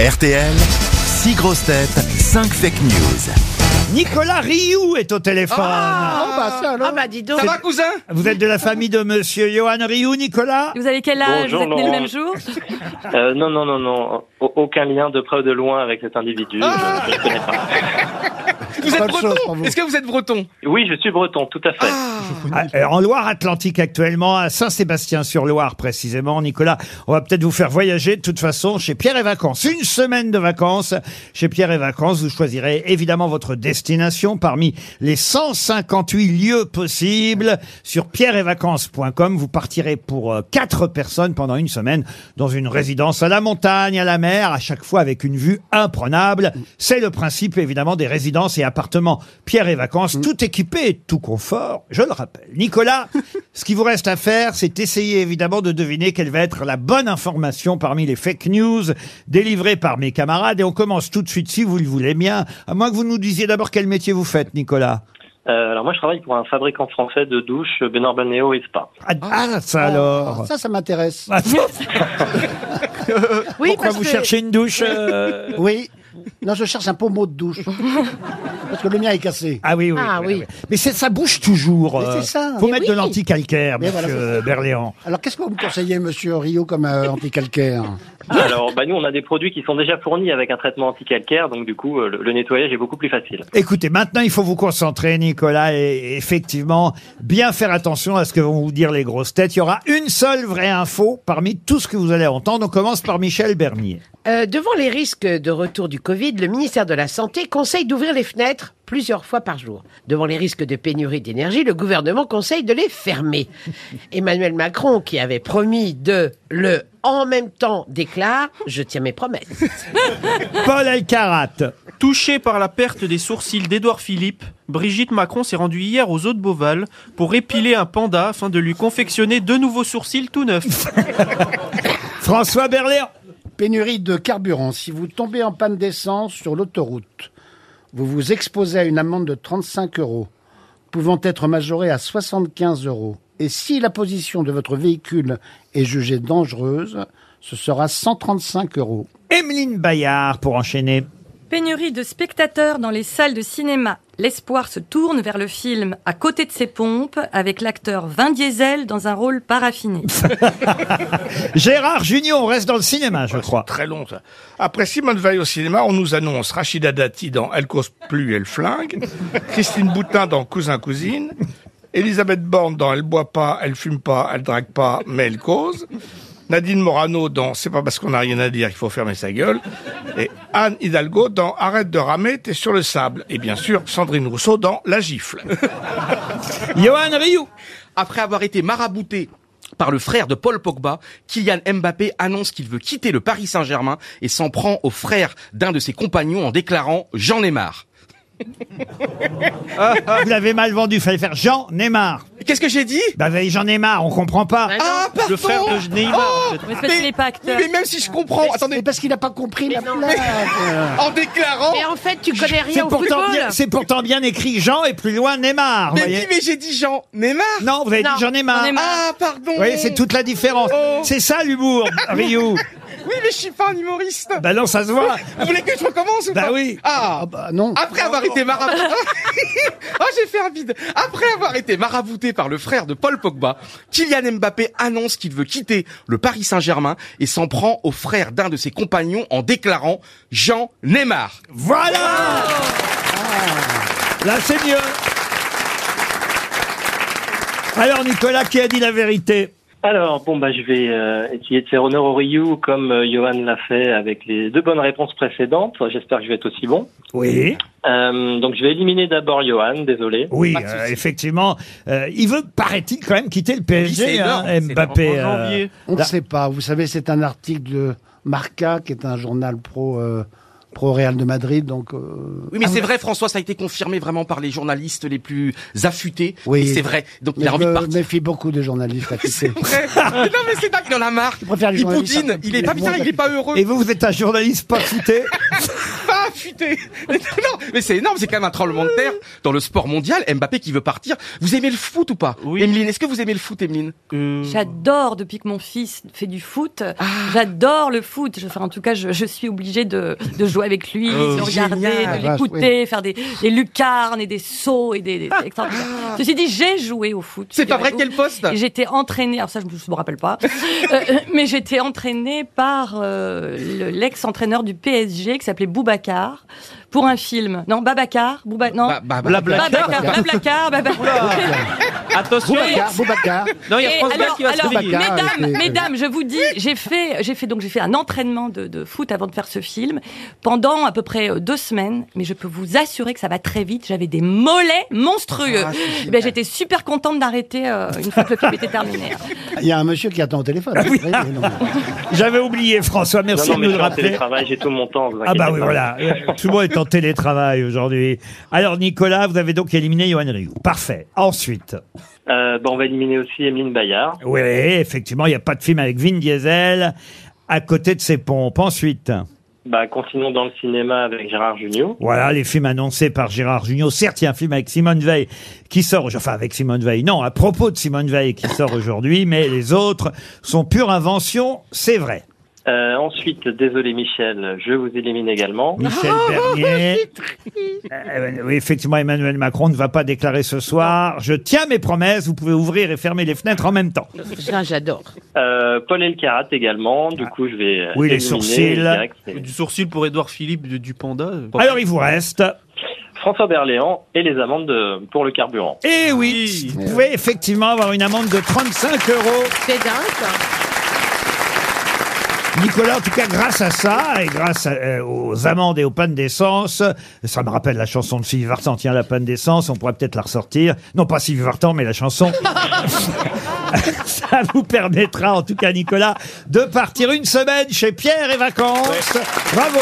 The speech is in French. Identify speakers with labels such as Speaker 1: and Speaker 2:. Speaker 1: RTL, 6 grosses têtes, 5 fake news.
Speaker 2: Nicolas Rioux est au téléphone.
Speaker 3: Ah bah dis donc.
Speaker 4: Ça va, cousin
Speaker 2: Vous êtes de la famille de Monsieur Johan Rioux, Nicolas
Speaker 5: Vous avez quel âge
Speaker 6: Bonjour,
Speaker 5: Vous êtes né le
Speaker 6: Laurent.
Speaker 5: même jour
Speaker 6: Euh, non, non, non, non. A- Aucun lien de près ou de loin avec cet individu. Je- je ne connais pas.
Speaker 4: Vous êtes
Speaker 7: de chance pour
Speaker 4: breton
Speaker 7: vous.
Speaker 4: Est-ce que vous êtes breton
Speaker 6: Oui, je suis breton, tout à fait.
Speaker 2: Ah, euh, En Loire-Atlantique actuellement, à Saint-Sébastien-sur-Loire précisément. Nicolas, on va peut-être vous faire voyager de toute façon chez Pierre et Vacances. Une semaine de vacances chez Pierre et Vacances. Vous choisirez évidemment votre destination parmi les 158 lieux possibles sur pierreetvacances.com. Vous partirez pour euh, quatre personnes pendant une semaine dans une résidence à la montagne, à la mer, à chaque fois avec une vue imprenable. C'est le principe évidemment des résidences et appartements Pierre et Vacances, tout équipé et tout confort, je le rappelle. Nicolas, ce qui vous reste à faire, c'est essayer évidemment de deviner quelle va être la bonne information parmi les fake news délivrées par mes camarades et on commence tout de suite si vous le voulez bien, à moins que vous nous disiez d'abord quel métier vous faites, Nicolas.
Speaker 6: Euh, alors moi, je travaille pour un fabricant français de douches, Benor Baneo et Spa.
Speaker 2: Ah, ah, ça alors
Speaker 7: Ça, ça m'intéresse.
Speaker 3: Oui,
Speaker 2: Pourquoi
Speaker 3: parce
Speaker 2: vous
Speaker 3: que-
Speaker 2: cherchez une douche euh,
Speaker 7: Oui. Non, je cherche un pommeau de douche. Parce que le mien est cassé.
Speaker 2: Ah oui, oui.
Speaker 3: Ah
Speaker 2: oui,
Speaker 3: oui.
Speaker 2: Mais c'est- ça bouge toujours.
Speaker 7: Mais c'est
Speaker 2: euh,
Speaker 7: ça.
Speaker 2: Faut
Speaker 7: Mais
Speaker 2: mettre de
Speaker 3: oui.
Speaker 2: l'anticalcaire,
Speaker 7: Mais
Speaker 2: monsieur
Speaker 7: voilà, c'est ça.
Speaker 2: Berléand.
Speaker 7: Alors, qu'est-ce que vous me conseillez, monsieur Rio, comme euh, anticalcaire
Speaker 6: Alors, bah, nous, on a des produits qui sont déjà fournis avec un traitement anticalcaire, donc du coup, euh, le, le nettoyage est beaucoup plus facile.
Speaker 2: Écoutez, maintenant, il faut vous concentrer, Nicolas, et effectivement, bien faire attention à ce que vont vous dire les grosses têtes. Il y aura une seule vraie info parmi tout ce que vous allez entendre. On commence par Michel Bernier.
Speaker 3: Euh, devant les risques de retour du Covid, le ministère de la Santé conseille d'ouvrir les fenêtres plusieurs fois par jour. Devant les risques de pénurie d'énergie, le gouvernement conseille de les fermer. Emmanuel Macron, qui avait promis de le en même temps, déclare Je tiens mes promesses.
Speaker 2: Paul Elkarat.
Speaker 8: Touchée par la perte des sourcils d'Édouard Philippe, Brigitte Macron s'est rendue hier aux eaux de Beauval pour épiler un panda afin de lui confectionner deux nouveaux sourcils tout neufs.
Speaker 2: François Berléand.
Speaker 7: Pénurie de carburant. Si vous tombez en panne d'essence sur l'autoroute, vous vous exposez à une amende de 35 euros, pouvant être majorée à 75 euros. Et si la position de votre véhicule est jugée dangereuse, ce sera 135 euros.
Speaker 2: Emeline Bayard pour enchaîner.
Speaker 5: Pénurie de spectateurs dans les salles de cinéma. L'espoir se tourne vers le film À côté de ses pompes avec l'acteur Vin Diesel dans un rôle paraffiné.
Speaker 2: Gérard Junior, on reste dans le cinéma, je crois.
Speaker 9: Très long, ça. Après Simone Veil au cinéma, on nous annonce Rachida Dati dans Elle cause plus, elle flingue, Christine Boutin dans Cousin Cousine, Elisabeth Borne dans Elle boit pas, elle fume pas, elle drague pas, mais elle cause, Nadine Morano dans C'est pas parce qu'on n'a rien à dire qu'il faut fermer sa gueule, et Anne Hidalgo dans Arrête de ramer, t'es sur le sable, et bien sûr Sandrine Rousseau dans La gifle.
Speaker 2: Johan Rioux.
Speaker 4: Après avoir été marabouté par le frère de Paul Pogba, Kylian Mbappé annonce qu'il veut quitter le Paris Saint-Germain et s'en prend au frère d'un de ses compagnons en déclarant « J'en ai marre
Speaker 2: Ah, Vous l'avez mal vendu, fallait faire Jean Neymar. ».
Speaker 4: Qu'est-ce que j'ai dit
Speaker 2: Bah, j'en ai marre, on comprend pas.
Speaker 4: Ah, pardon
Speaker 8: Le frère de Neymar. peut-être.
Speaker 5: Mais c'est parce qu'il n'est pas
Speaker 4: Oui,
Speaker 5: acteur.
Speaker 4: Oh, mais même si je comprends,
Speaker 7: Mais
Speaker 4: Oh, attendez,
Speaker 7: parce qu'il n'a pas compris la
Speaker 3: non.
Speaker 7: blague.
Speaker 4: en déclarant
Speaker 3: Mais en fait, tu connais
Speaker 2: C'est
Speaker 3: rien au
Speaker 2: pourtant, bien,
Speaker 3: football.
Speaker 2: c'est pourtant bien écrit Jean et plus loin Neymar. vous
Speaker 4: Mais
Speaker 2: voyez.
Speaker 4: oui, mais j'ai dit Jean Neymar
Speaker 2: Non, vous avez
Speaker 3: Non,
Speaker 2: dit j'en ai
Speaker 5: J'en
Speaker 2: marre.
Speaker 5: ai marre.
Speaker 4: Ah, pardon
Speaker 2: Vous voyez, c'est toute la différence.
Speaker 4: Oh.
Speaker 2: C'est ça l'humour, Ryu.
Speaker 4: Oui, mais je suis pas un humoriste
Speaker 2: bah non, ça se voit.
Speaker 4: Vous voulez que je recommence ou
Speaker 2: Bah
Speaker 4: pas
Speaker 2: oui.
Speaker 4: Ah
Speaker 7: Bah non.
Speaker 4: Après avoir été marabouté... oh, j'ai fait un vide Après avoir été marabouté par le frère de Paul Pogba, Kylian Mbappé annonce qu'il veut quitter le Paris Saint-Germain et s'en prend au frère d'un de ses compagnons en déclarant « Jean Neymar
Speaker 2: Voilà Là, c'est mieux. Alors, Nicolas, qui a dit la vérité
Speaker 6: Alors, bon, bah, je vais euh, essayer de faire honneur au Ryu comme euh, Johan l'a fait avec les deux bonnes réponses précédentes. J'espère que je vais être aussi bon.
Speaker 2: Oui.
Speaker 6: Euh, donc, je vais éliminer d'abord Johan, désolé.
Speaker 2: Oui,
Speaker 4: Pas de souci.
Speaker 2: euh, effectivement. Euh, il veut, paraît-il, quand même quitter le
Speaker 4: Oui,
Speaker 2: PSG,
Speaker 4: c'est
Speaker 2: hein,
Speaker 4: énorme, c'est énorme.
Speaker 2: Mbappé.
Speaker 8: En
Speaker 2: euh,
Speaker 8: janvier.
Speaker 7: On ne
Speaker 2: Là.
Speaker 7: sait pas. Vous savez, c'est un article de Marca, qui est un journal pro, euh, pro Real de Madrid. Donc, euh,
Speaker 4: Oui, mais c'est vrai, François, ça a été confirmé vraiment par les journalistes les plus affûtés.
Speaker 7: Oui.
Speaker 4: Et c'est vrai. Donc,
Speaker 7: mais
Speaker 4: il a envie
Speaker 7: je
Speaker 4: de
Speaker 7: me
Speaker 4: partir.
Speaker 7: méfie beaucoup des journalistes. à qui
Speaker 4: C'est
Speaker 7: c'est.
Speaker 4: vrai. Mais non, mais c'est dingue, il en a marre.
Speaker 7: préfère les
Speaker 4: il
Speaker 7: journalistes
Speaker 4: boudine,
Speaker 7: affûtés.
Speaker 2: euh,
Speaker 4: il est pas, putain, il est pas heureux.
Speaker 2: Et vous, vous êtes un journaliste pas fouté.
Speaker 4: Pas futé. Mais non, mais c'est énorme, c'est quand même un tremblement de terre dans le sport mondial. Mbappé qui veut partir. Vous aimez le foot ou pas Emeline, est-ce que vous aimez le foot, Emeline
Speaker 5: J'adore depuis que mon fils fait du foot.
Speaker 4: Ah.
Speaker 5: J'adore le foot. Je- Enfin, en tout cas, je, je suis obligée de, de jouer avec lui,
Speaker 4: Oh,
Speaker 5: de le regarder,
Speaker 4: génial.
Speaker 5: de
Speaker 7: Ah,
Speaker 5: l'écouter, faire des, des lucarnes et des sauts et des. des c'est extraordinaire. Ceci dit, j'ai joué au foot.
Speaker 4: Ah. C'est pas vrai quel
Speaker 5: figurez-vous.
Speaker 4: poste
Speaker 5: Et J'étais entraînée, alors ça je me rappelle pas, Euh, euh, mais j'étais entraînée par euh, le- l'ex-entraîneur du PSG qui s'appelait Boubacar pour un film. Non, Babacar, Bouba, non,
Speaker 4: Bah, bah, bah,
Speaker 8: Blabla.
Speaker 5: Babacar, Babacar, Babacar.
Speaker 8: Attention, il y a-
Speaker 7: Boubacar, Boubacar.
Speaker 8: non, il y a
Speaker 5: Et
Speaker 8: France Gall
Speaker 5: alors-
Speaker 8: qui va se Ah,
Speaker 5: alors,
Speaker 8: réveiller.
Speaker 7: Boubacar,
Speaker 5: Mesdames,
Speaker 7: c'était-
Speaker 5: mesdames, je vous dis, j'ai fait, j'ai fait donc j'ai fait un entraînement de, de foot avant de faire ce film pendant à peu près euh, deux semaines, mais je peux vous assurer que ça va très vite. J'avais des mollets monstrueux.
Speaker 4: Ah, c'est
Speaker 5: Eh
Speaker 4: génial.
Speaker 5: ben, j'étais super contente d'arrêter euh, une fois que le film était terminé.
Speaker 7: Il y a un monsieur qui attend au téléphone. Oui, non.
Speaker 2: J'avais oublié, François, merci
Speaker 6: non, non,
Speaker 2: de
Speaker 6: mais
Speaker 2: nous
Speaker 6: je
Speaker 2: le
Speaker 6: suis en
Speaker 2: rappeler.
Speaker 6: télétravail, j'ai tout mon temps. vous
Speaker 2: Ah bah
Speaker 6: inquiétez
Speaker 2: oui,
Speaker 6: pas.
Speaker 2: voilà. Euh, Tout le monde est en télétravail aujourd'hui. Alors Nicolas, vous avez donc éliminé Johan Rioux. Parfait. Ensuite,
Speaker 6: Euh, bah, on va éliminer aussi Emeline Bayard.
Speaker 2: oui, effectivement, il n'y a pas de film avec Vin Diesel à côté de ses pompes. Ensuite,
Speaker 6: Bah, continuons dans le cinéma avec Gérard Jugnot.
Speaker 2: voilà les films annoncés par Gérard Jugnot. Certes, il y a un film avec Simone Veil qui sort, enfin avec Simone Veil, non, à propos de Simone Veil qui sort aujourd'hui, mais les autres sont pure invention, c'est vrai.
Speaker 6: Euh, ensuite, désolé Michel, je vous élimine également.
Speaker 2: Michel Bernier. Euh, euh, oui, effectivement, Emmanuel Macron ne va pas déclarer ce soir. Je tiens mes promesses. Vous pouvez ouvrir et fermer les fenêtres en même temps.
Speaker 3: Ça, j'adore.
Speaker 6: Euh, Paul Elkarat également. Du coup, je vais euh,
Speaker 2: Ah. Oui, les
Speaker 6: éliminer
Speaker 2: sourcils.
Speaker 6: direct.
Speaker 8: Du sourcil pour Édouard Philippe du, du Panda. euh,
Speaker 2: Alors, il vous reste.
Speaker 6: François Berléand et les amendes de- pour le carburant.
Speaker 2: Eh oui, vous pouvez effectivement avoir une amende de 35 euros.
Speaker 3: C'est dingue, hein. ça.
Speaker 2: Nicolas, en tout cas, grâce à ça et grâce à, euh, aux amendes et aux pannes d'essence, ça me rappelle la chanson de Sylvie Vartan. Tiens, la panne d'essence, on pourrait peut-être la ressortir. Non pas Sylvie Vartan, mais la chanson. ça vous permettra, en tout cas, Nicolas, de partir une semaine chez Pierre et Vacances. Bravo.